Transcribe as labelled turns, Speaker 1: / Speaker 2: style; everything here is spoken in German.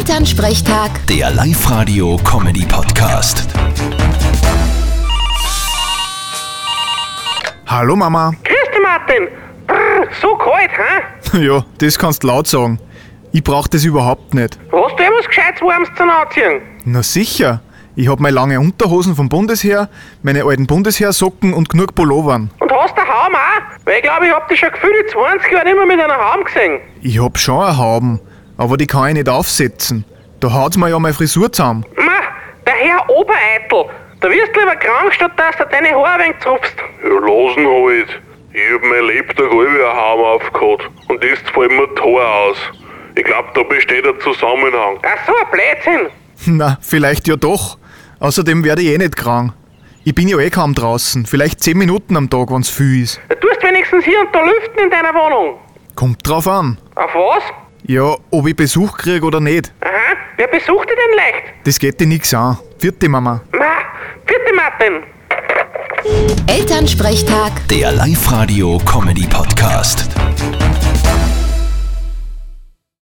Speaker 1: Elternsprechtag,
Speaker 2: Der Live-Radio-Comedy-Podcast.
Speaker 3: Hallo Mama.
Speaker 4: Grüß dich, Martin. Brr, so kalt, hä?
Speaker 3: Ja, das kannst laut sagen. Ich brauch das überhaupt nicht.
Speaker 4: Hast du eh was Gescheites Warmes zum Anziehen?
Speaker 3: Na sicher. Ich hab meine lange Unterhosen vom Bundesheer, meine alten Bundesheersocken und genug Pullovern.
Speaker 4: Und hast du einen Haum auch? Weil ich glaube, ich hab dich schon gefühlt 20 Jahre nicht mehr mit einer Haum gesehen.
Speaker 3: Ich hab schon eine Hauben, aber die kann ich nicht aufsetzen. Da haut's mir ja meine Frisur zusammen.
Speaker 4: Ma, der Herr Obereitel. Da wirst du lieber krank, statt dass du deine Haare ein wenig zupfst.
Speaker 5: Ja, lassen halt. Ich hab mein Lebtag halbe ein Haum aufgehabt. Und jetzt fällt mir die Haare aus. Ich glaub, da besteht ein Zusammenhang.
Speaker 4: Ach so, ein Blödsinn.
Speaker 3: Na, vielleicht ja doch. Außerdem werde ich eh nicht krank. Ich bin ja eh kaum draußen, vielleicht 10 Minuten am Tag, wenn's viel ist.
Speaker 4: Du tust wenigstens hier und da lüften in deiner Wohnung.
Speaker 3: Kommt drauf an.
Speaker 4: Auf was?
Speaker 3: Ja, ob ich Besuch krieg oder nicht,
Speaker 4: Aha, wer besucht dich denn leicht?
Speaker 3: das geht dir nix an. Vierte Mama.
Speaker 4: Ma, bitte, Martin.
Speaker 1: Elternsprechtag.
Speaker 2: Der Live-Radio-Comedy-Podcast.